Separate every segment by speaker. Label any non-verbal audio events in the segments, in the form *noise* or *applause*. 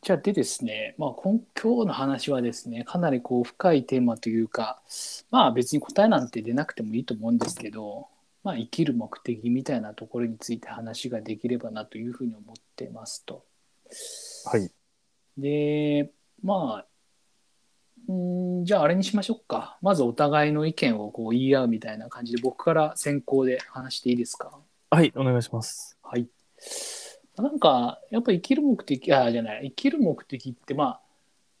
Speaker 1: じゃあでですね、まあ、今今日の話はですねかなりこう深いテーマというかまあ別に答えなんて出なくてもいいと思うんですけど、まあ、生きる目的みたいなところについて話ができればなというふうに思ってますと。
Speaker 2: はい。
Speaker 1: でまあんーじゃああれにしましょうかまずお互いの意見をこう言い合うみたいな感じで僕から先行で話していいですか
Speaker 2: はい、お願いします。
Speaker 1: はい。なんか、やっぱ生きる目的、あ、じゃない、生きる目的って、まあ、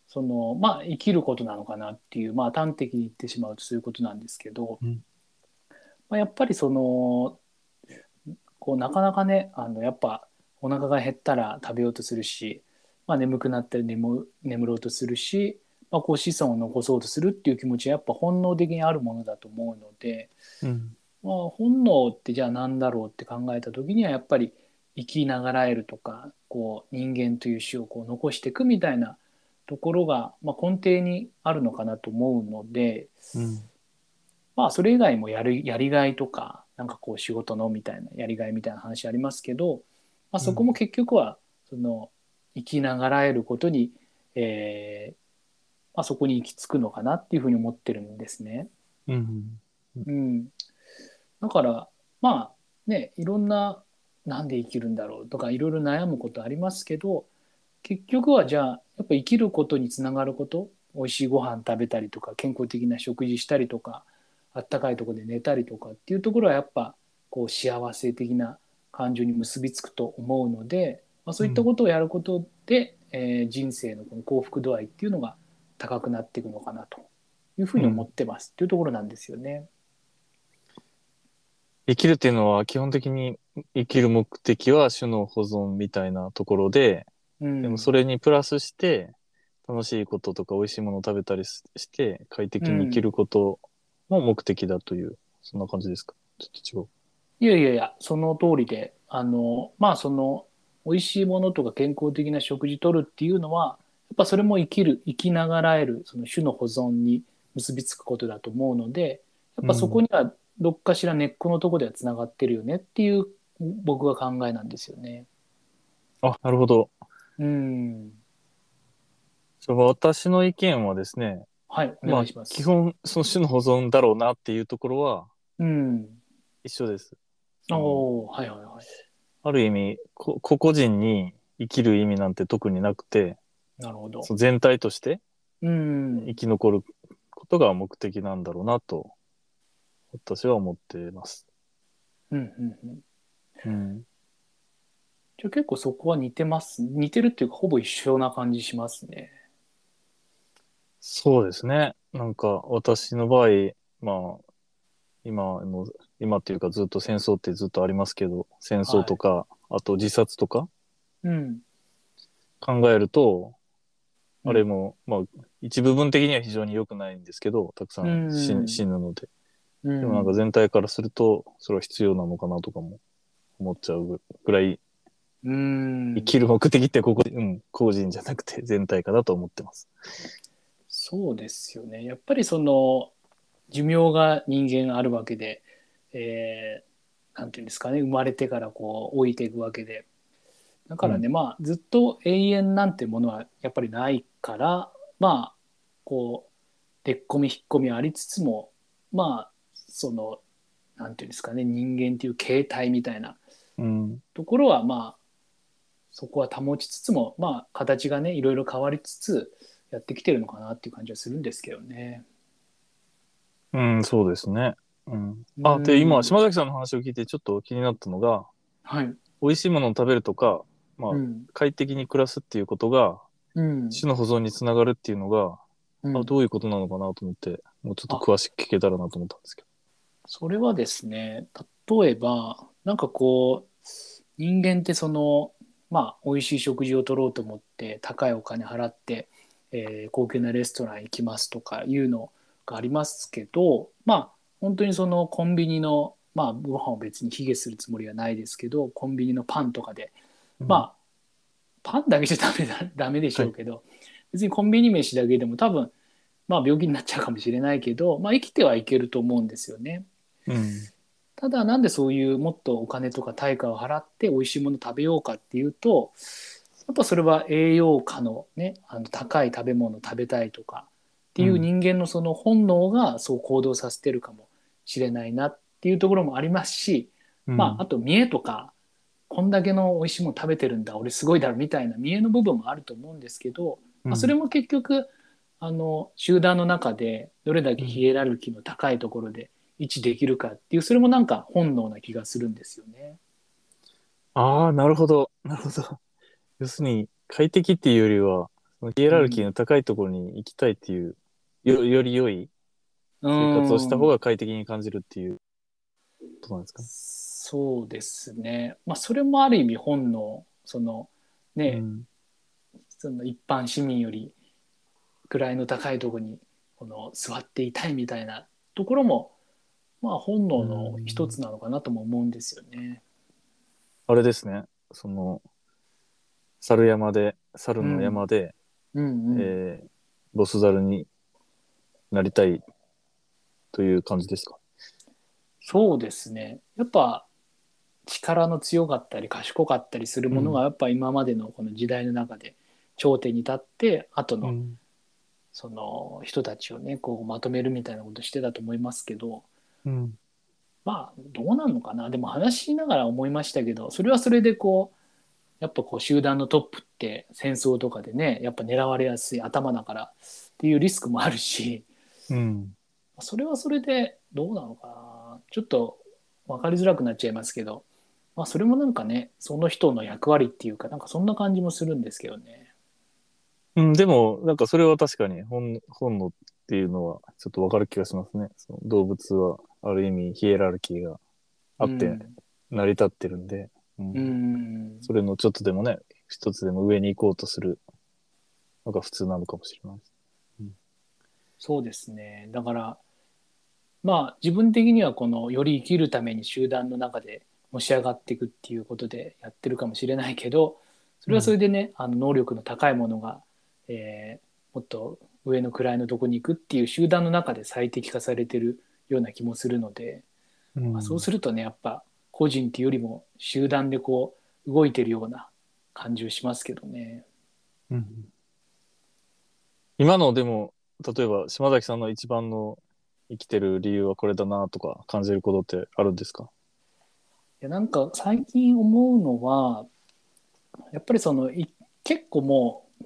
Speaker 1: その、まあ、生きることなのかなっていう、まあ、端的に言ってしまうとそういうことなんですけど、
Speaker 2: うん
Speaker 1: まあ、やっぱりその、こう、なかなかね、あの、やっぱ、お腹が減ったら食べようとするし、まあ、眠くなったら眠眠ろうとするし、まあ、こう子孫を残そうとするっていう気持ちはやっぱ本能的にあるものだと思うので、
Speaker 2: うん。
Speaker 1: まあ、本能ってじゃあ何だろうって考えた時にはやっぱり生きながらえるとかこう人間という種をこう残していくみたいなところが、まあ、根底にあるのかなと思うので、
Speaker 2: うん。
Speaker 1: まあ、それ以外もやるやりがいとかなんかこう仕事のみたいなやりがいみたいな話ありますけど、まあ、そこも結局はその生きながらえることに、えーまあ、そこに行き着くのかなっていうふうに思ってるんですね。
Speaker 2: うん。
Speaker 1: うん、だからまあねいろんななんで生きるんだろうとかいろいろ悩むことありますけど結局はじゃあやっぱ生きることにつながること美味しいご飯食べたりとか健康的な食事したりとかあったかいところで寝たりとかっていうところはやっぱこう幸せ的な感情に結びつくと思うので、まあ、そういったことをやることで、えー人生のこの幸福度合いっていうのが高くなっていくのかなというふうに思ってます、っていうところなんですよね。
Speaker 2: 生きるっていうのは基本的に生きる目的は種の保存みたいなところで、
Speaker 1: うん、
Speaker 2: でもそれにプラスして楽しいこととか美味しいものを食べたりしして快適に生きることの目的だという、そんな感じですかちょっ
Speaker 1: いやいやいやその通りであのまあその美味しいものとか健康的な食事取るっていうのはやっぱそれも生きる生きながらえるその種の保存に結びつくことだと思うのでやっぱそこにはどっかしら根っこのとこではつながってるよねっていう僕は考えなんですよね。
Speaker 2: と違う。あ、なるほど。
Speaker 1: うん、
Speaker 2: それは私の意見はですね、
Speaker 1: はいお願いします。
Speaker 2: 基本その種の保存だろうなっていうところは
Speaker 1: うん、
Speaker 2: 一緒です。
Speaker 1: おーはいはいはい。
Speaker 2: ある意味こ個々人に生きる意味なんて特になくて
Speaker 1: なるほど。
Speaker 2: その全体として
Speaker 1: うん
Speaker 2: 生き残ることが目的なんだろうなと私は思ってます。
Speaker 1: うんうんうん
Speaker 2: うん、
Speaker 1: じゃあ結構そこは似てます似てるっていうかほぼ一緒な感じしますね。
Speaker 2: そうですね。なんか私の場合、まあ、今の、今っていうかずっと戦争ってずっとありますけど、戦争とか、あと自殺とか
Speaker 1: うん、
Speaker 2: 考えると、
Speaker 1: うん
Speaker 2: あれも、まあ、一部分的には非常に良くないんですけど、たくさん死,、
Speaker 1: うん
Speaker 2: 死ぬので。
Speaker 1: うん、
Speaker 2: でもなんか全体からすると、それは必要なのかなとかも思っちゃうぐらい、
Speaker 1: うん
Speaker 2: 生きる目的ってここ、うん、個人じゃなくて全体かなと思ってます。
Speaker 1: そうですよねやっぱりその寿命が人間あるわけで、えーなんていうんですかね生まれてからこう老いていくわけでだからね、まあずっと永遠なんてものはやっぱりないからまあこうでっこみ引っ込みありつつもまあそのなんていうんですかね人間っていう形態みたいな
Speaker 2: うん。
Speaker 1: ところはまあそこは保ちつつもまあ形がねいろいろ変わりつつやってきてるのかなっていう感じはするんですけどね。
Speaker 2: うん、そうですね。うん。あ、で、
Speaker 1: う
Speaker 2: 今、
Speaker 1: ん
Speaker 2: 島崎さんの話を聞いてちょっと気になったのが、
Speaker 1: はい。
Speaker 2: 美味しいものを食べるとか、まあ、
Speaker 1: うん。
Speaker 2: 快適に暮らすっていうことが、
Speaker 1: うん。
Speaker 2: 種の保存につながるっていうのが、
Speaker 1: う
Speaker 2: あ
Speaker 1: ん
Speaker 2: どういうことなのかなと思って、もうちょっと詳しく聞けたらなと思ったんですけ
Speaker 1: それはですね、例えば、なんかこう、人間ってその、まあ、美味しい食事を取ろうと思って、高いお金払って、えー高級なレストラン行きますとかいうのがありますけど、まあ、本当にそのコンビニの、まあ、ご飯を別に卑下するつもりはないですけど、コンビニのパンとかで
Speaker 2: ど。
Speaker 1: まあパンだけじゃダメだダメでしょうけど、別にコンビニ飯だけでも多分まあ病気になっちゃうかもしれないけど、まあ、生きてはいけると思うんですよね。
Speaker 2: あ、うん。
Speaker 1: ただなんでそういうもっとお金とか対価を払って美味しいもの食べようかっていうとやっぱそれは栄養価のねあの高い食べ物食べたいとかっていう人間のその本能がそう行動させてるかもしれないなっていうところもありますし、まあ、あと見栄とかこんだけの美味しいもの食べてるんだ俺すごいだろみたいな見栄の部分もあると思うんですけど、
Speaker 2: あ
Speaker 1: まあ、それも結局あの集団の中でどれだけヒエラルキーの高いところで位置できるかっていうそれもなんか本能な気がするんですよね。
Speaker 2: ああ、なるほど。なるほど。要するに、快適っていうよりは、そのヒエラルキーの高いところに行きたいっていう、よより良い生活をした方
Speaker 1: が
Speaker 2: が快適に感じるっていうことなんですかね。
Speaker 1: そうですね。まあそれもある意味本能そのね、
Speaker 2: うん
Speaker 1: その一般市民より位の高いところにこの座っていたいみたいなところもまあ本能の一つなのかなとも思うんですよね。
Speaker 2: あれですね、その、猿山で、猿の山で、
Speaker 1: うんうん
Speaker 2: えーボス猿になりたいという感じですか。
Speaker 1: そうですねやっぱ力の強かったり賢かったりするものがやっぱ今までのこの時代の中で頂点に立って後のその人たちをねこうまとめるみたいなことしてたと思いますけど、
Speaker 2: うん
Speaker 1: まあどうなんのかなでも話しながら思いましたけどそれはそれでこうやっぱこう集団のトップって戦争とかでねやっぱ狙われやすい頭だからっていうリスクもあるし
Speaker 2: うん
Speaker 1: それはそれでどうなのかなちょっと分かりづらくなっちゃいますけど、まあ、それもなんかねその人の役割っていうかなんかそんな感じもするんですけどね。
Speaker 2: うん、でも、なんかそれは確かに本、本能っていうのはちょっとわかる気がしますね。その動物はある意味ヒエラルキーがあって成り立ってるんで、うん
Speaker 1: うん、うん
Speaker 2: それのちょっとでもね、一つでも上に行こうとするのが普通なのかもしれないです。
Speaker 1: そうですね。だから、まあ自分的にはこのより生きるために集団の中でのし上がっていくっていうことでやってるかもしれないけど、それはそれでね、あの能力の高いものが、えーもっと上の位のとこに行くっていう集団の中で最適化されてるような気もするので、まあ、そうするとね、やっぱ個人っていうよりも集団でこう動いてるような感じをしますけどね。
Speaker 2: うん今のでも、例えば島崎さんの一番の生きてる理由はこれだなとか感じることってあるんですか
Speaker 1: いやなんか最近思うのはやっぱりそのい結構もう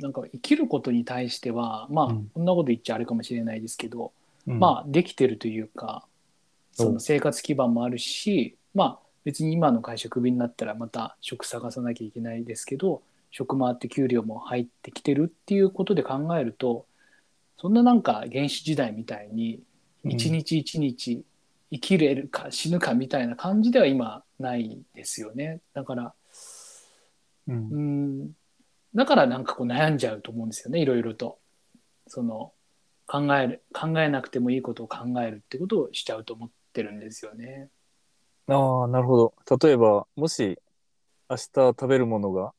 Speaker 1: なんか生きることに対してはまあ、
Speaker 2: うん
Speaker 1: こんなこと言っちゃあれかもしれないですけど、
Speaker 2: あ、
Speaker 1: まあできてるというかそ
Speaker 2: お
Speaker 1: の生活基盤もあるしまあ別に今の会社クビになったらまた職探さなきゃいけないですけど職もあって給料も入ってきてるっていうことで考えるとそんななんか原始時代みたいに一日一日生きれるか死ぬかみたいな感じでは今ないですよねだから
Speaker 2: うん
Speaker 1: う。んだからなんかこう悩んじゃうと思うんですよねいろいろとその考える考えなくてもいいことを考えるってことをしちゃうと思ってるんですよね
Speaker 2: ああ、なるほど。例えば、もし、明日食べるものが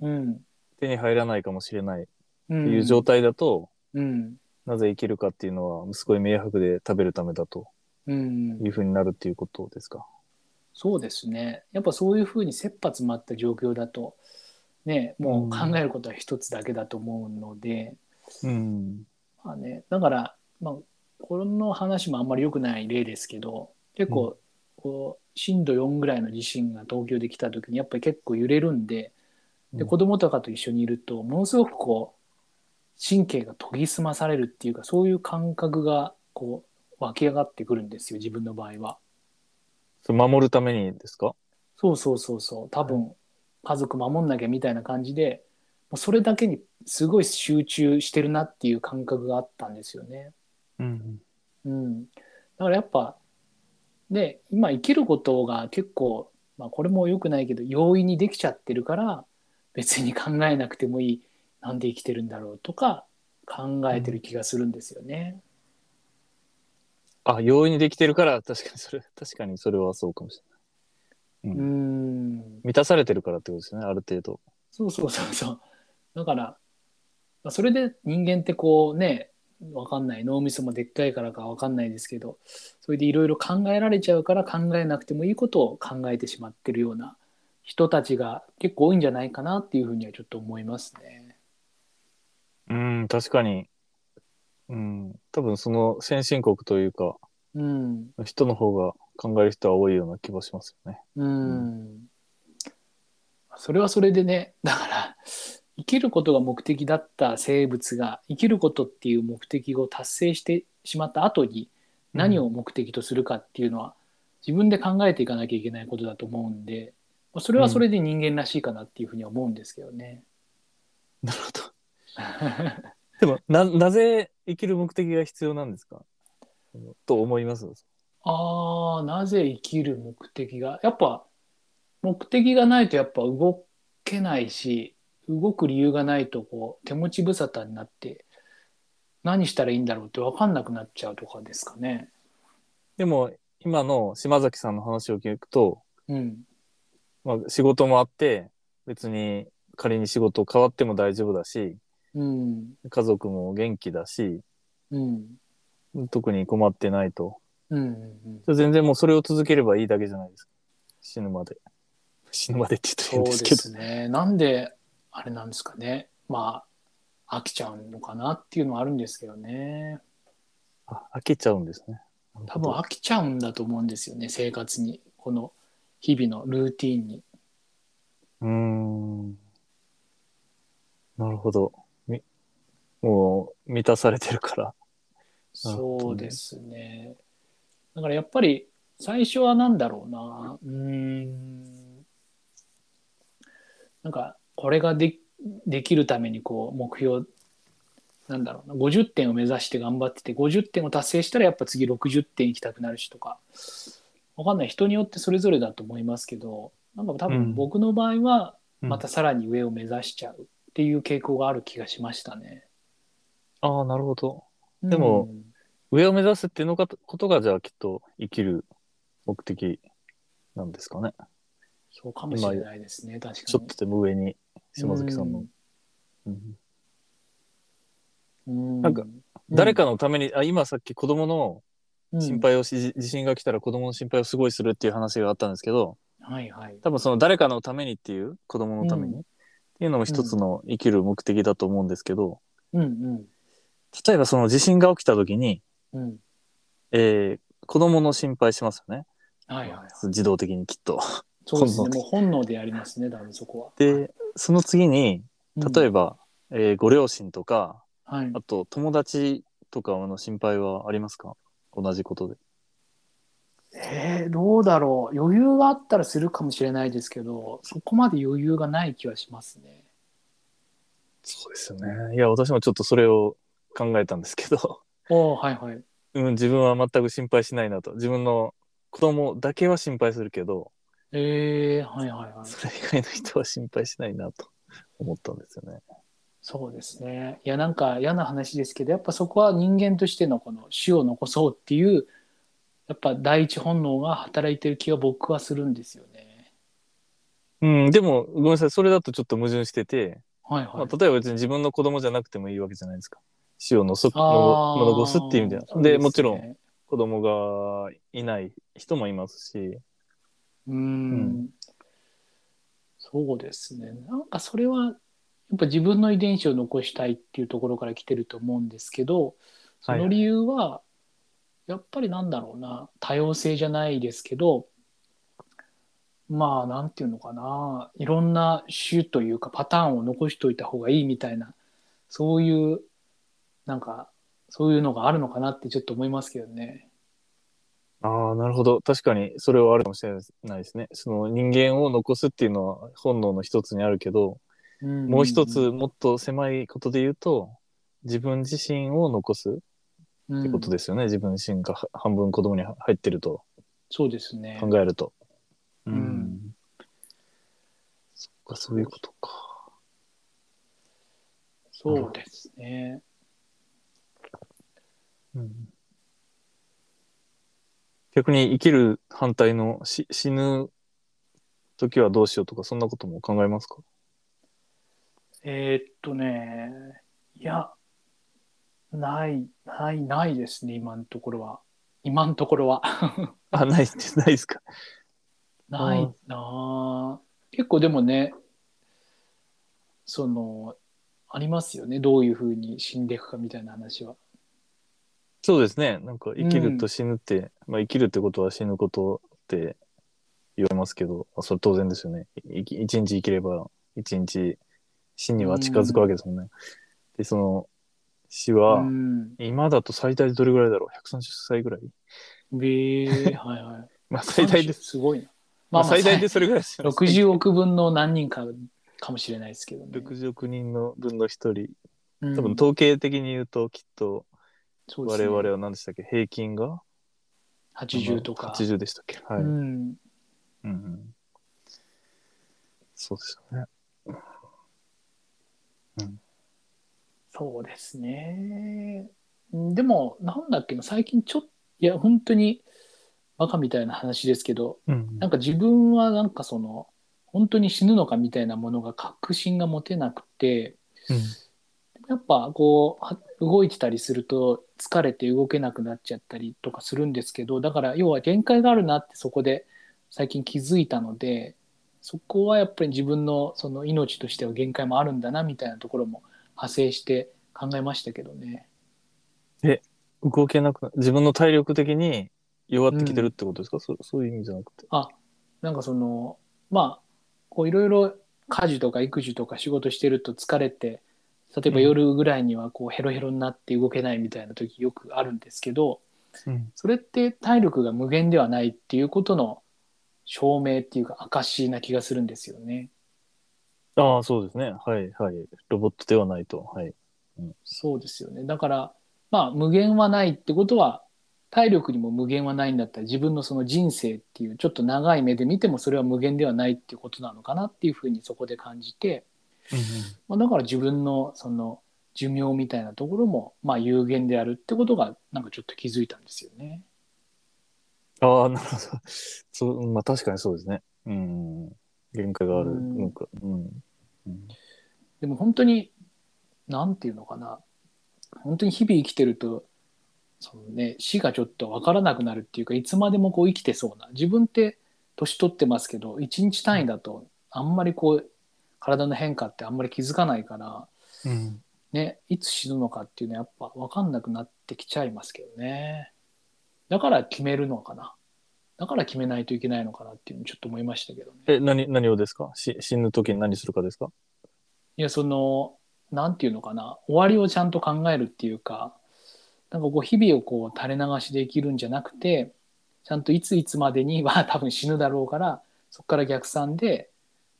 Speaker 1: うん
Speaker 2: 手に入らないかもしれないっ
Speaker 1: う
Speaker 2: て
Speaker 1: ん
Speaker 2: いう状態だと、
Speaker 1: うん
Speaker 2: なぜ生きるかっていうのは、すごい明白で食べるためだと
Speaker 1: うん
Speaker 2: いうふうになるっていうことですか。
Speaker 1: そうですねやっぱそういうふうに切羽詰まった状況だとねもう考えることは一つだけだと思うので、
Speaker 2: うん。
Speaker 1: まあね、だから、まあ、この話もあんまり良くない例ですけど結構こう震度4ぐらいの地震が東京で来た時にやっぱり結構揺れるんで
Speaker 2: う
Speaker 1: で
Speaker 2: ん
Speaker 1: 子供とかと一緒にいるとものすごくこう神経が研ぎ澄まされるっていうかそういう感覚がこう湧き上がってくるんですよ自分の場合は。
Speaker 2: それ守るためにですか
Speaker 1: そうそうそうそう多分家族守んなきゃみたいな感じでもうそれだけにすごい集中してるなっていう感覚があったんですよね。
Speaker 2: うん。
Speaker 1: うん、だからやっぱね今生きることが結構、まあ、これも良くないけど容易にできちゃってるから別に考えなくてもいいなんで生きてるんだろうとか考えてる気がするんですよね。
Speaker 2: あ、容易にできてるから、確かにそれ、確かにそれはそうかもしれない。
Speaker 1: う、
Speaker 2: うん満たされてるからってことですよね、ある程度。
Speaker 1: そうそうそうそうだからまあそれで人間ってこうねわかんない脳みそもでっかいからかわかんないですけどそれでいろいろ考えられちゃうから考えなくてもいいことを考えてしまってるような人たちが結構多いんじゃないかなっていうふうにはちょっと思いますね。
Speaker 2: うん、確かに。うん、多分その先進国というか、
Speaker 1: うん。
Speaker 2: 人の方が考える人は多いような気がしますよね。
Speaker 1: うん。それはそれでね、だから、生きることが目的だった生物が、生きることっていう目的を達成してしまった後に、何を目的とするかっていうのは、自分で考えていかなきゃいけないことだと思うんで、それはそれで人間らしいかなっていうふうには思うんですけどね。
Speaker 2: なるほど。
Speaker 1: *laughs*
Speaker 2: でも、な、なぜ生きる目的が必要なんですかと思います。
Speaker 1: ああ、なぜ生きる目的が、やっぱ目的がないとやっぱ動けないし、動く理由がないとこう手持ち無沙汰になって、何したらいいんだろうって分かんなくなっちゃうとかですかね。
Speaker 2: でも、今の島崎さんの話を聞くと、
Speaker 1: うん。
Speaker 2: まあ、仕事もあって、別に仮に仕事変わっても大丈夫だし、
Speaker 1: うん。
Speaker 2: 家族も元気だし、
Speaker 1: うん。
Speaker 2: 特に困ってないと。
Speaker 1: うん。うん
Speaker 2: じゃあ全然もうそれを続ければいいだけじゃないですか。死ぬまで。死ぬまでって
Speaker 1: そ
Speaker 2: 言
Speaker 1: う
Speaker 2: ってるん
Speaker 1: で
Speaker 2: ですけ
Speaker 1: す
Speaker 2: ど。
Speaker 1: ね。なんで、あれなんですかね。まあ、飽きちゃうのかなっていうのはあるんですけどね。
Speaker 2: あ、飽きちゃうんですね。
Speaker 1: 多分飽きちゃうんだと思うんですよね、生活に。この日々のルーティンに。
Speaker 2: うーん。なるほど。み、もう満たされてるから。なるほどね
Speaker 1: そうですね。だからやっぱり最初は何だろうな。うーん。なんかこれがでできるためにこう目標なんだろうな50点を目指して頑張ってて50点を達成したらやっぱ次60点行きたくなるしとかわかんない人によってそれぞれだと思いますけどなんか多
Speaker 2: うん
Speaker 1: 分僕の場合は
Speaker 2: うん
Speaker 1: またさらに上を目指しちゃうっていう傾向がある気がしましたね。
Speaker 2: ああ、なるほど。でも
Speaker 1: うん
Speaker 2: 上を目指すっていうのかことが、じゃあきっと生きる目的なんですかね。
Speaker 1: そうかもしれないですね確かに。
Speaker 2: ちょっとでも上に、島崎さんの。うんな
Speaker 1: なん
Speaker 2: か、誰かのために、あ、今さっき子供の心、配をし、地地震が来たら子供の心配をすごいするっていう話があったんですけど、
Speaker 1: うんはいはい。
Speaker 2: 多分その誰かのためにっていう、子供のために、
Speaker 1: うん
Speaker 2: っていうのも一つの生きる目的だと思うんですけど、
Speaker 1: うんうん
Speaker 2: 例えばその地震が起きた時に、
Speaker 1: うん。
Speaker 2: えー子供の心配しますよね。
Speaker 1: はいはい。
Speaker 2: 自動的にきっと。
Speaker 1: そうですね。
Speaker 2: 本能
Speaker 1: も
Speaker 2: 的
Speaker 1: う本能でやりますね、多分そこ
Speaker 2: で、その次に、
Speaker 1: は。
Speaker 2: 例え
Speaker 1: ば、
Speaker 2: ば、えーご両親とか、
Speaker 1: はい
Speaker 2: あ。と友達とかの心配はありますか同じことで。
Speaker 1: えー、どうだろう。余裕があったらするかもしれないですけど、そこまで余裕がない気はしますね。
Speaker 2: そうですよね。いや、私もちょっとそれを考えたんですけど、 *laughs*
Speaker 1: おーはいはい。
Speaker 2: うん、自分は全く心配しないなと。自分の子供だけは心配するけど、
Speaker 1: えー、はいはいはい。
Speaker 2: それ以外の人は心配しないなと思ったんですよね。
Speaker 1: そうですね。いや、なんか嫌な話ですけど、やっぱそこは人間としてのこの死を残そうっていう、やっぱ第一本能が働いてる気は僕はするんですよね。
Speaker 2: うん、でも、ごめんなさい。それだとちょっと矛盾してて、
Speaker 1: はいはい。
Speaker 2: まあ、例えば別に自分の子供じゃなくてもいいわけじゃないですか。死をのそ
Speaker 1: あー
Speaker 2: の残すっていう意味では。
Speaker 1: そう
Speaker 2: で、
Speaker 1: すね
Speaker 2: もちろん子供がいない人もいますし、
Speaker 1: うーん、
Speaker 2: うん
Speaker 1: そうですねなんかそれはやっぱ自分の遺伝子を残したいっていうところから来てると思うんですけどそ
Speaker 2: はいは
Speaker 1: の
Speaker 2: い
Speaker 1: 理由はやっぱりなんだろうな多様性じゃないですけどまあなんていうのかないろんな種というかパターンを残しておいた方がいいみたいなそういうなんかそういうのがあるのかなってちょっと思いますけどね。
Speaker 2: ああ、なるほど。確かに、それはあるかもしれないですね。その人間を残すっていうのは本能の一つにあるけど、もう一つ、もっと狭いことで言うと、自分自身を残すっ
Speaker 1: って
Speaker 2: こと
Speaker 1: で、
Speaker 2: ですよね。自分自身がは半分子供には入ってると
Speaker 1: そうですね。
Speaker 2: 考えると。うんそっか、そういうことか。
Speaker 1: そうですね。
Speaker 2: うん逆に生きる反対のし死ぬ時はどうしようとか、そんなことも考えますか *laughs*
Speaker 1: えーっとね、いや、ない、ない、ないですね、今のところは。今のところは。
Speaker 2: あ、ない、ないですか。
Speaker 1: ないなあ結構でもねそのありますよねどういうふうに死んでいくかみたいな話は。
Speaker 2: そうですね。なんか生きると死ぬって、まあ生きるってことは死ぬことって言われますけど、まあ、それ当然ですよね。いき一日生きれば、一日死には近づくわけですもんね。で、その死は、
Speaker 1: うん、
Speaker 2: 今だと最大どれぐらいだろう ?130 歳ぐらい
Speaker 1: ええはいはい。
Speaker 2: まあ *laughs* 最大です。
Speaker 1: すごいな。。
Speaker 2: まあ最大ですそれぐらいです *laughs* よね。
Speaker 1: 60億分の何人かかもしれないですけどね。
Speaker 2: 60億人の分の一人。
Speaker 1: 多
Speaker 2: 多分統計的に言うと、きっと
Speaker 1: そうです
Speaker 2: 我
Speaker 1: ね、
Speaker 2: 々は何でしたっけ平均が
Speaker 1: 80とか。
Speaker 2: 80でしたっけはい。
Speaker 1: うん、
Speaker 2: うんうんそうですよね。
Speaker 1: そうですね。でも、なんだっけな、最近ちょっと、いや、本当に、バカみたいな話ですけど、
Speaker 2: うん
Speaker 1: なんか自分はなんかその、本当に死ぬのかみたいなものが確信が持てなくて、やっぱこうは、動いてたりすると疲れて動けなくなっちゃったりとかするんですけど、だから要は限界があるなってそこで最近気づいたので、そこはやっぱり自分のその命としては限界もあるんだなみたいなところも派生して考えましたけどね。
Speaker 2: うん動けなくな自分の体力的に弱ってきてるってことですか、そそういう意味じゃなくて。
Speaker 1: あなんかそのまあこういろいろ家事とか育児とか仕事してると疲れて例えば
Speaker 2: うん
Speaker 1: 夜ぐらいにはこうヘロヘロになって動けないみたいな時よくあるんですけど
Speaker 2: うん
Speaker 1: それって体力が無限ではないっていうことの証明っていうか証な気がするんですよね。
Speaker 2: ああ、そうですね。はいはい。ロボットではないと。はい。
Speaker 1: そうですよねだからまあ無限はないってことは体力にも無限はないんだったら自分のその人生っていうちょっと長い目で見てもそれは無限ではないっていうことなのかなっていうふうにそこで感じて。まあ、だから自分のその寿命みたいなところもまあ有限であるってことがなんかちょっと気づいたんですよね。
Speaker 2: ああ、なるほど。 *laughs* そう、まあ確かにそうですね。うん。限界があるのか。うん。うん
Speaker 1: でも本当に何て言うのかな本当に日々生きてるとその、ね、死がちょっと分からなくなるっていうかいつまでもこう生きてそうな自分って年取ってますけど1日単位だとあんまりこう体の変化ってあんまり気づかないから、
Speaker 2: うん
Speaker 1: ね、いつ死ぬのかっていうのはやっぱ分かんなくなってきちゃいますけどねだから決めるのかなだから決めないといけないのかなっていうのをちょっと思いましたけどね
Speaker 2: え、何、何をですかし死ぬ時に何するかですか
Speaker 1: いやそのなんていうのかな終わりをちゃんと考えるっていうかなんかこう日々をこう垂れ流しで生きるんじゃなくてちゃんといついつまでに *laughs* は多分死ぬだろうからそこから逆算で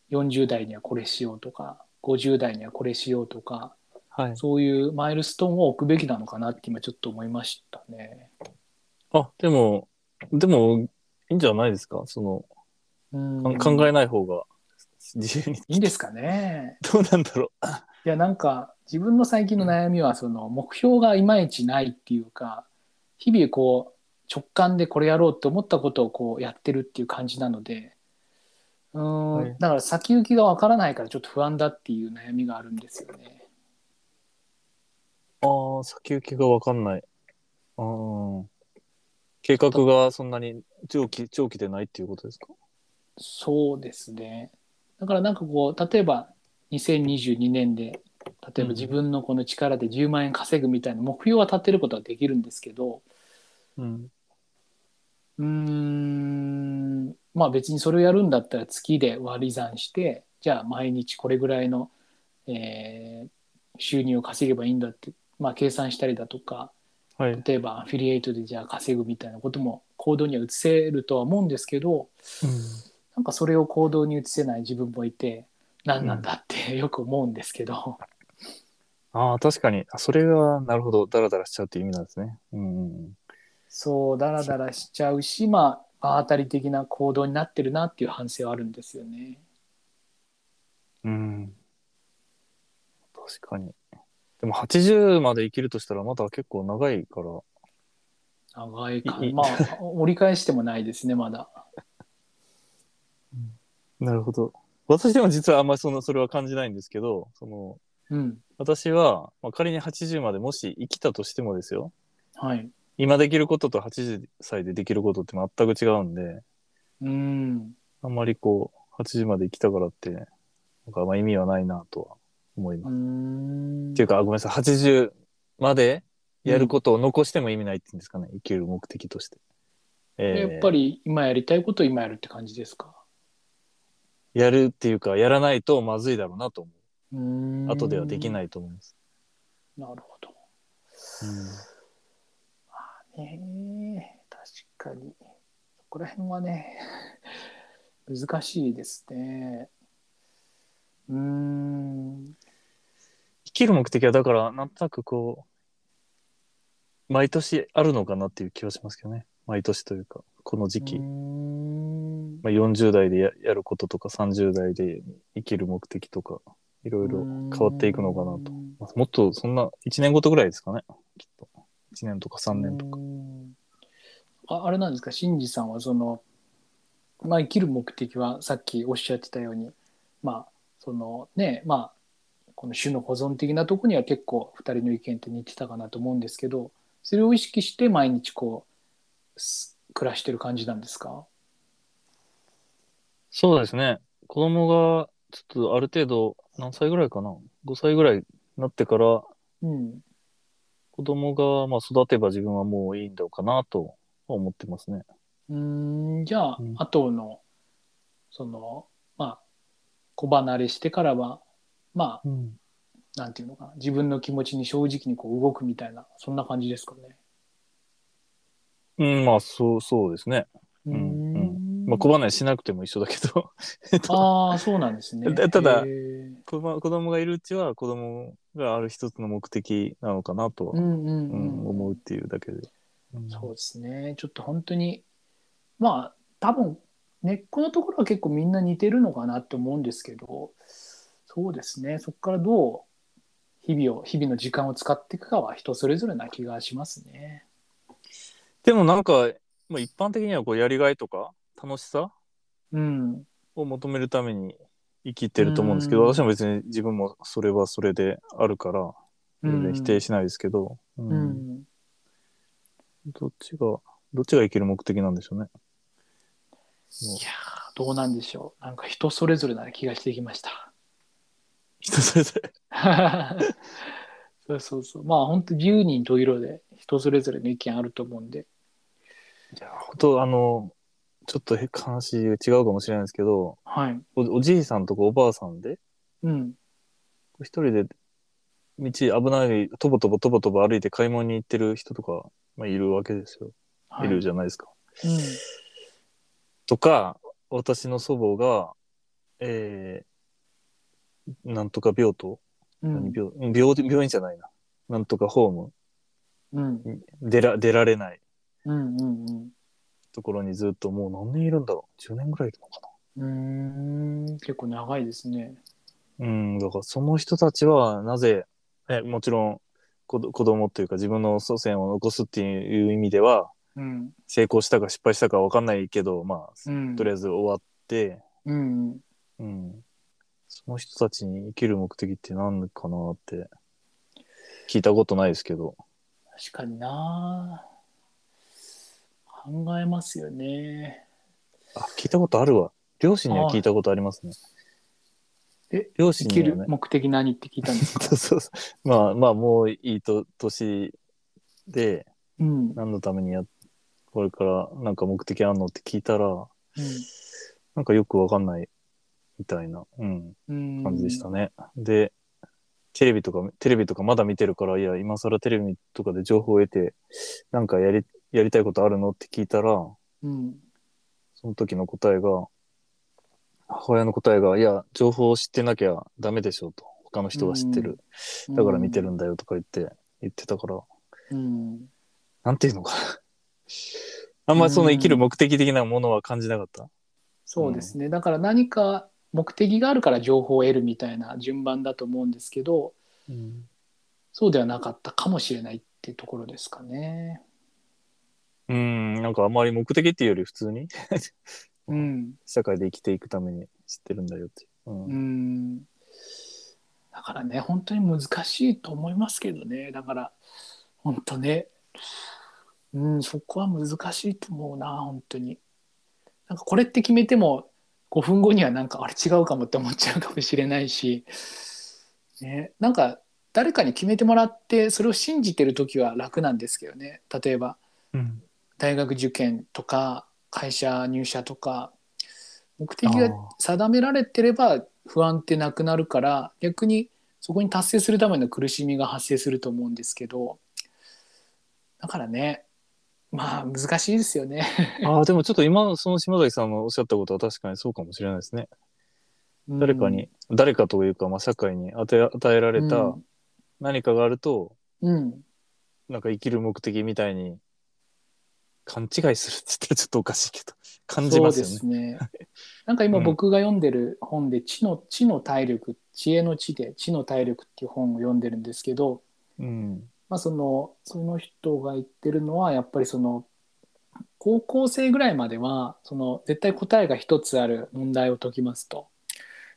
Speaker 1: 40代にはこれしようとか50代にはこれしようとか
Speaker 2: はい。
Speaker 1: そういうマイルストーンを置くべきなのかなって今ちょっと思いましたね。
Speaker 2: あ、でも、でも、いいんじゃないですかその、か
Speaker 1: うん
Speaker 2: 考えない方が自由に。 *laughs*
Speaker 1: いいんですかね。
Speaker 2: どうなんだろ
Speaker 1: いやなんか自分の最近の悩みはその目標がいまいちないっていうか日々こう直感でこれやろうと思ったことをこうやってるっていう感じなのでうーん、
Speaker 2: はい
Speaker 1: だから先行きがわからないからちょっと不安だっていう悩みがあるんですよね。
Speaker 2: う。ああ、先行きがわかんない。ああ。計画がそんなに長期、長期でないっていうことですか
Speaker 1: そうですね。だからなんかこう例えば2022年で例えば自分のこの力で10万円稼ぐみたいな目標は立てることはできるんですけど
Speaker 2: うん。
Speaker 1: うーんまあ別にそれをやるんだったら月で割り算してじゃあ毎日これぐらいの、えー収入を稼げばいいんだって、まあ、計算したりだとか
Speaker 2: はい。
Speaker 1: 例えばアフィリエイトでじゃあ稼ぐみたいなことも行動には移せるとは思うんですけど、なんかそれを行動に移せない自分もいて何なんだってよく思うんですけど、
Speaker 2: ああ、確かに。あそれが、なるほど。ダラダラしちゃうっていう意味なんですね。うんうん。
Speaker 1: そうダラダラしちゃうしまあ場当たり的な行動になってるなっていう反省はあるんですよね。
Speaker 2: うん。確かに。でも、80まで生きるとしたら、まだ結構長いから。
Speaker 1: 長いか
Speaker 2: いい
Speaker 1: まあ *laughs* 折り返してもないですねまだ。
Speaker 2: なるほど。私でも実はあんまりそのそれは感じないんですけど、その
Speaker 1: うん
Speaker 2: 私は、まあ、仮に80までもし生きたとしてもですよ、
Speaker 1: はい。
Speaker 2: 今できることと80歳でできることって全く違うんで、
Speaker 1: うん
Speaker 2: あんまりこう、 8時まで生きたからって、なんかあんま意味はないなとは思います。
Speaker 1: うーん
Speaker 2: っていうか、あごめんなさい、80までやることを残しても意味ないっていうんですかね、生きる目的として。えー
Speaker 1: やっぱり今やりたいことを今やるって感じですか
Speaker 2: やるっていうか、やらないとまずいだろうなと思
Speaker 1: うーん
Speaker 2: う。後ではでき
Speaker 1: い
Speaker 2: ないと思います。
Speaker 1: なるほどねえ確かにそこら辺はね *laughs* 難しいですねうーん
Speaker 2: 生きる目的は、だから、なんとなくこう、毎年あるのかなっていう気はしますけどね。毎年というか、この時期。
Speaker 1: うーん
Speaker 2: まあ、40代でややることとか、30代で生きる目的とか、いろいろ変わっていくのかなと。まあもっとそんな1年ごとぐらいですかね、きっと。1年とか3年とか。
Speaker 1: かああれなんですか新次さんはその、まあ、生きる目的はさっきおっしゃってたようにまあそのねまあこの種の保存的なとこには結構2人の意見って似てたかなと思うんですけどそれを意識して毎日こうす暮らしてる感じなんですか
Speaker 2: そうですね。子供が、ちょっとある程度、何歳ぐらいかな ?5 歳ぐらいになってから、
Speaker 1: うん
Speaker 2: 子供がまあ育てば自分はもういいんだろうかなとは思ってますね。
Speaker 1: うーんじゃあ、
Speaker 2: うん
Speaker 1: 後のそのまあ子離れしてからはまあ
Speaker 2: うん、
Speaker 1: なんていうのかな自分の気持ちに正直にこう動くみたいなそんな感じですかね。
Speaker 2: まあ、そう、そうですね。
Speaker 1: うん
Speaker 2: うまあ、小離れしなくても一緒だけど、
Speaker 1: ああそうなんですね。
Speaker 2: たただ
Speaker 1: へー
Speaker 2: *laughs* 子供子供がいるうちは子供がある一つの目的なのかなとは、
Speaker 1: うんう
Speaker 2: うんん
Speaker 1: うん、
Speaker 2: 思うっていうだけで。うん
Speaker 1: そうですねちょっと本当にまあ多分根っこのところは結構みんな似てるのかなと思うんですけどそうですねそこからどう日々を日々の時間を使っていくかは人それぞれな気がしますね。
Speaker 2: でもなんか、まあ、一般的にはこうやりがいとか楽しさ
Speaker 1: うん、
Speaker 2: を求めるために生きてると思うんですけど、
Speaker 1: うん
Speaker 2: 私も別に自分もそれはそれであるから全然否定しないですけど、うん
Speaker 1: うん
Speaker 2: どっちがどっちが生きる目的なんでしょうね。 *laughs*
Speaker 1: いやーどうなんでしょうなんか人それぞれな気がしてきました。 *laughs*
Speaker 2: 人それぞれ。
Speaker 1: そうそうそうまあ本当十人十色で人それぞれの意見あると思うんで
Speaker 2: いや本当あのちょっとへ話違うかもしれないですけど
Speaker 1: はい
Speaker 2: おおじいさんとかおばあさんで
Speaker 1: うん
Speaker 2: 一人で道危ないとぼとぼとぼとぼ歩いて買い物に行ってる人とか、まあ、いるわけですよ。
Speaker 1: はいい
Speaker 2: るじゃないですか。
Speaker 1: うん
Speaker 2: とか私の祖母が、えー、なんとか病棟、
Speaker 1: うん
Speaker 2: 病病病院じゃないななんとかホーム
Speaker 1: うん
Speaker 2: 出ら出られない
Speaker 1: うんうん
Speaker 2: ところにずっともう何年いるんだろう10年ぐらいいるのか
Speaker 1: うんうーん結構長いですね
Speaker 2: なうんだからその人たちはなぜえもちろん子ど子供というか自分の祖先を残すっていう意味では
Speaker 1: うん
Speaker 2: 成功したか失敗したか分かんないけどまあ
Speaker 1: うん
Speaker 2: とりあえず終わって、
Speaker 1: うんうん
Speaker 2: うん。その人たちに生きる目的って何かなって聞いたことないですけど。
Speaker 1: 確かにな考えますよね
Speaker 2: あ、聞いたことあるわ。両親には聞いたことありますね。
Speaker 1: え
Speaker 2: 両
Speaker 1: 生
Speaker 2: 親
Speaker 1: き
Speaker 2: に
Speaker 1: る
Speaker 2: はね。
Speaker 1: 目的何って聞いたんですか
Speaker 2: *laughs* そうそうそう。まあまあ、もういいと、年で
Speaker 1: うん、うん、
Speaker 2: 何のためにや、これからなんか目的あんのって聞いたら、なんかよくわかんないみたいな、うん、
Speaker 1: うん
Speaker 2: 感じでしたね。で、テレビとか、テレビとかまだ見てるから、いや、今更テレビとかで情報を得て、なんかやり、やりたいことあるのって聞いたら、
Speaker 1: うん
Speaker 2: その時の答えが、母親の答えが、いや、情報を知ってなきゃダメでしょうと。他の人が知ってる。だから見てるんだよとか言って、言ってたから、
Speaker 1: うん
Speaker 2: なんていうのかな。あんまその生きる目的的なものは感じなかった。
Speaker 1: そうですね、だから何か目的があるから情報を得るみたいな順番だと思うんですけど
Speaker 2: うん。
Speaker 1: そうではなかったかもしれないっていうところですかね。
Speaker 2: うん、なんかあんまり目的っていうより普通に、
Speaker 1: うん、
Speaker 2: 社会で生きていくために知ってるんだよっていう。うん
Speaker 1: うんだからね本当に難しいと思いますけどねだから本当ね、うん、そこは難しいと思うな本当に。なんかこれって決めても5分後にはなんかあれ違うかもって思っちゃうかもしれないし、ね、なんか誰かに決めてもらってそれを信じてる時は楽なんですけどね例えば
Speaker 2: うん。
Speaker 1: 大学受験とか会社入社とか目的
Speaker 2: あ
Speaker 1: が
Speaker 2: ー
Speaker 1: 定められてれば不安ってなくなるから逆にそこに達成するための苦しみが発生すると思うんですけどだからねまあ難しいですよね。 *laughs*
Speaker 2: ああ、でもちょっと今、その島崎さんのおっしゃったことは確かにそうかもしれないですね。誰かに、誰かというか、まあ、社会に与え与えら
Speaker 1: う
Speaker 2: れ
Speaker 1: ん
Speaker 2: た何かがあると、
Speaker 1: うん、
Speaker 2: なんか生きる目的みたいに勘違いするって言ったらちょっとおかしいけど、 *laughs* 感じますよね。
Speaker 1: そうですね。なんか今
Speaker 2: うん
Speaker 1: 僕が読んでる本で「知の知の体力知恵の知で知の体力」っていう本を読んでるんですけど、
Speaker 2: うん。
Speaker 1: まあ、そのその人が言ってるのはやっぱりその高校生ぐらいまではその絶対答えが一つある問題を解きますと。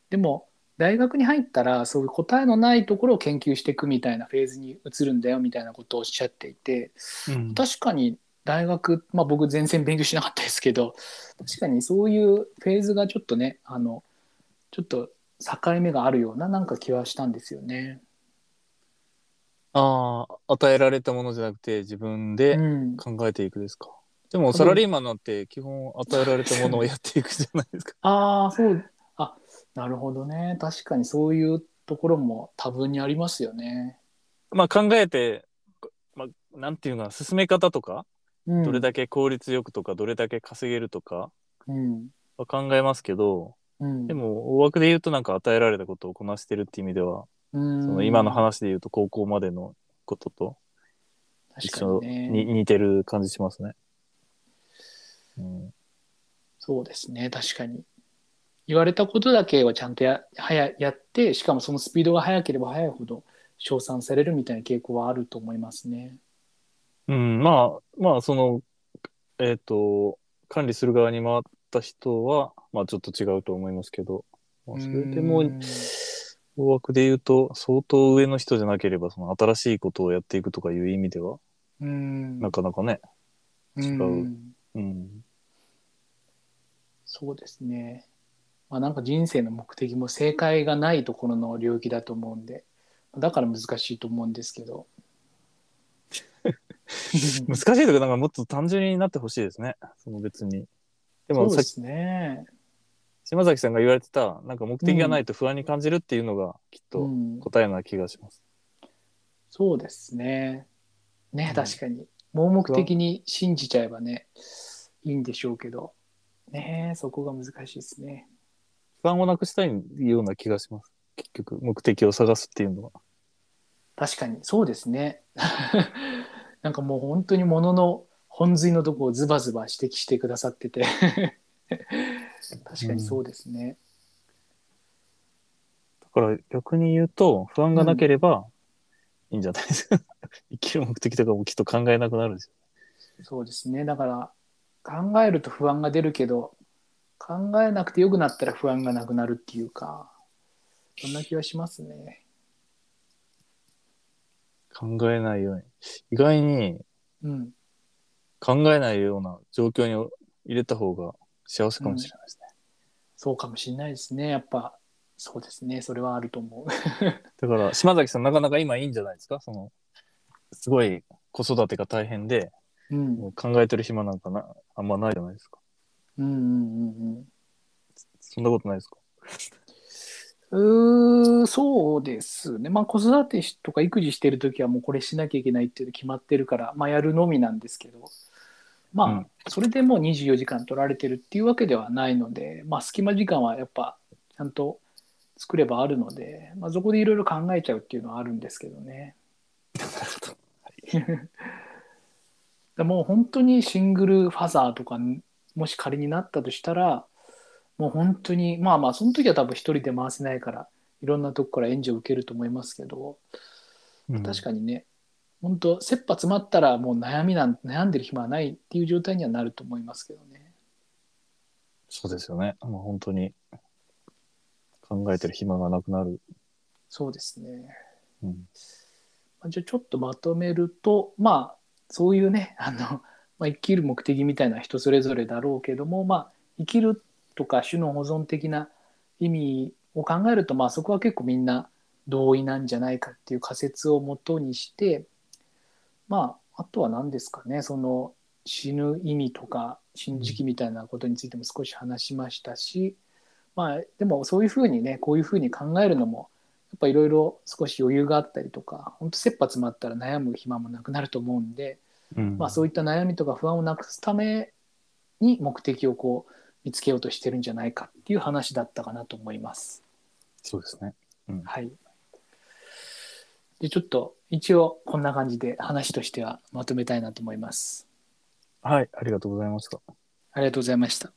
Speaker 1: でも大学に入ったらそういう答えのないところを研究していくみたいなフェーズに移るんだよみたいなことをおっしゃっていて、
Speaker 2: うん
Speaker 1: 確かに大学、まあ、僕全然勉強しなかったですけど *laughs* 確かにそういうフェーズがちょっとねあのちょっと境目があるようななんか気はしたんですよね。
Speaker 2: ああ、与えられたものじゃなくて自分で
Speaker 1: うん、
Speaker 2: 考えていくですか。でもサラリーマンなんて基本与えられたものをやっていくじゃないです
Speaker 1: *laughs*
Speaker 2: か。
Speaker 1: ああそうあなるほどね確かにそういうところも多分にありますよね。
Speaker 2: まあ考えて、まあ、なんていうのかな進め方とか、
Speaker 1: うん、
Speaker 2: どれだけ効率よくとか、どれだけ稼げるとか
Speaker 1: うん
Speaker 2: は考えますけど、
Speaker 1: うん、
Speaker 2: でも大枠で言うとなんか与えられたことをこなしてるって意味では、
Speaker 1: うん
Speaker 2: その今の話で言うと高校までのことと
Speaker 1: 確
Speaker 2: 一
Speaker 1: か
Speaker 2: 緒
Speaker 1: にね
Speaker 2: に似てる感じしますね。うん、
Speaker 1: そうですね確かに言われたことだけはちゃんとやはややってしかもそのスピードが速ければ速いほど称賛されるみたいな傾向はあると思いますね。
Speaker 2: うん、まあまあそのえっ、と管理する側に回った人はまあちょっと違うと思いますけど、まあ、それでも
Speaker 1: うん
Speaker 2: 大枠で言うと相当上の人じゃなければその新しいことをやっていくとかいう意味では
Speaker 1: うん
Speaker 2: なかなかね、違うんうん、
Speaker 1: そうですね。まあなんか人生の目的も正解がないところの領域だと思うんでだから難しいと思うんですけ
Speaker 2: *laughs*
Speaker 1: ど。
Speaker 2: 難しいというかなんかもっと単純になってほしいですねその別に。
Speaker 1: そ
Speaker 2: でも
Speaker 1: う
Speaker 2: さ
Speaker 1: で
Speaker 2: っき
Speaker 1: すね。
Speaker 2: 島崎さんが言われてたなんか目的がないと不安に感じるっていうのがきっ
Speaker 1: う
Speaker 2: と
Speaker 1: ん
Speaker 2: 答えな気がします。
Speaker 1: そうですね。ね、
Speaker 2: うん
Speaker 1: 確かに。盲目的に信じちゃえばね、いいんでしょうけど、ね、そこが難しいですね。
Speaker 2: 不安をなくしたいような気がします。結局、目的を探すっていうのは。
Speaker 1: 確かに、そうですね。 *laughs* なんかもう本当にものの本髄のとこをズバズバ指摘してくださって *laughs* て、確かにそうですね。
Speaker 2: だから逆に言うと、不安がなければいいんじゃないですか。 *laughs* 生きる目的とかもきっと考えなくなるでしょ。
Speaker 1: そうですね。だから、考えると不安が出るけど、考えなくてよくなったら不安がなくなるっていうか、そんな気はしますね。
Speaker 2: 考えないように。意外に
Speaker 1: うん。
Speaker 2: 考えないような状況に入れた方が幸せかもしれないですね。
Speaker 1: そうかもしれないですね。やっぱ、そうですね。それはあると思う。
Speaker 2: だから、島崎さんなかなか今いいんじゃないですかその、すごい子育てが大変で、
Speaker 1: うん。
Speaker 2: も
Speaker 1: うん
Speaker 2: う考えてる暇なんかな、あんまないじゃないですか。
Speaker 1: うんうん
Speaker 2: そんなことないですか
Speaker 1: うん。うーそうですね。まあ、子育てとか育児してるときは、もうこれしなきゃいけないっていうの決まってるから、まあ、やるのみなんですけど、まあ、
Speaker 2: うん
Speaker 1: それでもう24時間取られてるっていうわけではないので、まあ、隙間時間はやっぱ、ちゃんと作ればあるので、まあ、そこでいろいろ考えちゃうっていうのはあるんですけどね。で *laughs* もう本当にシングルファザーとかにもし仮になったとしたらもう本当にまあまあその時は多分一人で回せないからいろんなとこから援助を受けると思いますけど
Speaker 2: うん
Speaker 1: 確かにね、本当切羽詰まったらもう悩みなん悩んでる暇はないっていう状態にはなると思いますけどね。
Speaker 2: そうですよね。まあ、本当に考えてる暇がなくなる。
Speaker 1: そうですね
Speaker 2: うん、
Speaker 1: まあじゃあちょっとまとめるとまあそう *laughs* いうねあの、まあ、生きる目的みたいな人それぞれだろうけども、まあ、生きるとか種の保存的な意味を考えると、まあ、そこは結構みんな同意なんじゃないかっていう仮説をもとにして、まあ、あとは何ですかねその死ぬ意味とか死ぬ時期みたいなことについても少し話しましたし、まあ、でもそういうふうにねこういうふうに考えるのもやっぱいろいろ少し余裕があったりとか本当切羽詰まったら悩む暇もなくなると思うんで、
Speaker 2: うん
Speaker 1: まあ、そういった悩みとか不安をなくすために目的をこう見つけようとしてるんじゃないかっていう話だったかなと思います。
Speaker 2: そうですね。
Speaker 1: はい、でちょっと一応こんな感じで話としてはまとめたいなと思います。
Speaker 2: はい、ありがとうございました。
Speaker 1: ありがとうございました。